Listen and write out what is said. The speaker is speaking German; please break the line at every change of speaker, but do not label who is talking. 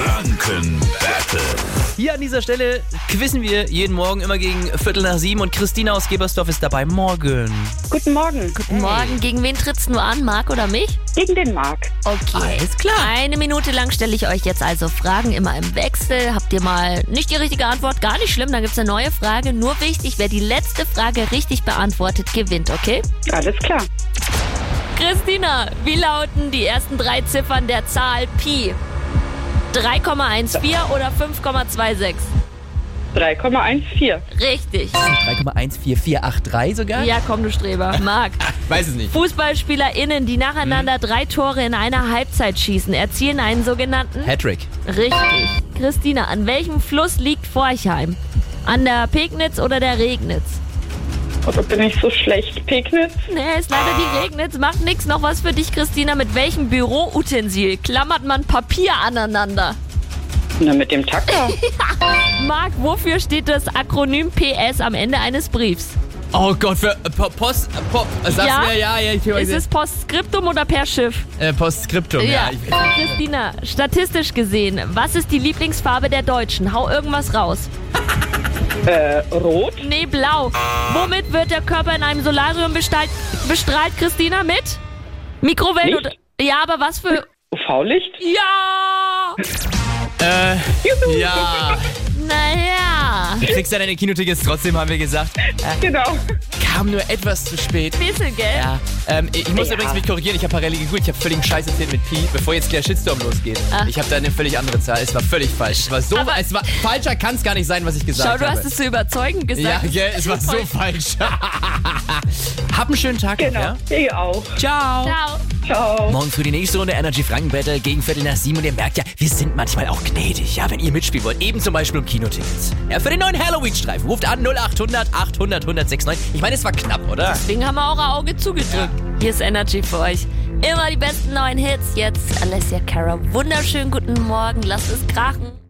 Franken Battle.
Hier an dieser Stelle quizzen wir jeden Morgen immer gegen Viertel nach sieben und Christina aus Gebersdorf ist dabei. Morgen.
Guten Morgen.
Guten Morgen. Gegen wen tritt's nur an, Marc oder mich?
Gegen den Mark.
Okay.
Alles klar.
Eine Minute lang stelle ich euch jetzt also Fragen immer im Wechsel. Habt ihr mal nicht die richtige Antwort? Gar nicht schlimm, dann gibt's eine neue Frage. Nur wichtig, wer die letzte Frage richtig beantwortet, gewinnt, okay?
Alles klar.
Christina, wie lauten die ersten drei Ziffern der Zahl Pi? 3,14 oder 5,26?
3,14.
Richtig.
Äh. 3,14483 sogar?
Ja, komm, du Streber. Marc.
Weiß es nicht.
FußballspielerInnen, die nacheinander
Hm.
drei Tore in einer Halbzeit schießen, erzielen einen sogenannten
Hattrick.
Richtig. Christina, an welchem Fluss liegt Forchheim? An der Pegnitz oder der Regnitz?
Oh, da bin ich so schlecht. Pegnitz.
Nee, ist leider die Regnitz. Macht nix. Noch was für dich, Christina. Mit welchem Büroutensil klammert man Papier aneinander?
Na, mit dem Takt.
Marc, wofür steht das Akronym PS am Ende eines Briefs?
Oh Gott, für äh, Po- Post, äh, Pop, äh, sag's
Ja?
mir, ja, ja, ich höre
Ist es Postskriptum oder per Schiff?
äh, Postskriptum, ja. ich-
Christina, statistisch gesehen, was ist die Lieblingsfarbe der Deutschen? Hau irgendwas raus.
Äh, rot.
Nee, blau. Womit wird der Körper in einem Solarium bestrahlt, bestrahlt Christina, mit? Mikrowellen
Licht?
oder... Ja, aber was für...
UV-Licht.
Ja!
Juhu.
Ja,
Naja,
kriegst ja deine Kinotickets trotzdem, haben wir gesagt.
Genau.
Kam nur etwas zu spät.
bisschen, gell?
Ja, ähm, ich muss
Ja.
übrigens mich korrigieren, ich habe Parallel gegoogelt, ich habe völligen Scheiß erzählt mit Pi, bevor jetzt der Shitstorm losgeht.
Ah.
Ich habe da eine völlig andere Zahl, es war völlig falsch. Es war so,
Aber-
es war, falscher kann es gar nicht sein, was ich gesagt
Schau,
habe.
du hast es so überzeugend
ja,
gesagt.
gell, es war so
Voll.
falsch. Hab einen schönen Tag. noch,
Genau.
Ja?
Ihr auch.
Ciao.
Ciao.
Ciao.
Morgen früh die nächste Runde Energy Franken Battle gegen Viertel nach sieben und ihr merkt ja, wir sind manchmal auch gnädig, ja, wenn ihr mitspielen wollt, eben zum Beispiel um Kinotickets. Ja, für den neuen Halloween-Streifen ruft an 0800 800 1069. Ich meine, es war knapp, oder?
Deswegen haben wir auch ein Auge zugedrückt. Hier ist Energy für euch. Immer die besten neuen Hits. Jetzt Alessia Cara. Wunderschönen guten Morgen. Lasst es krachen.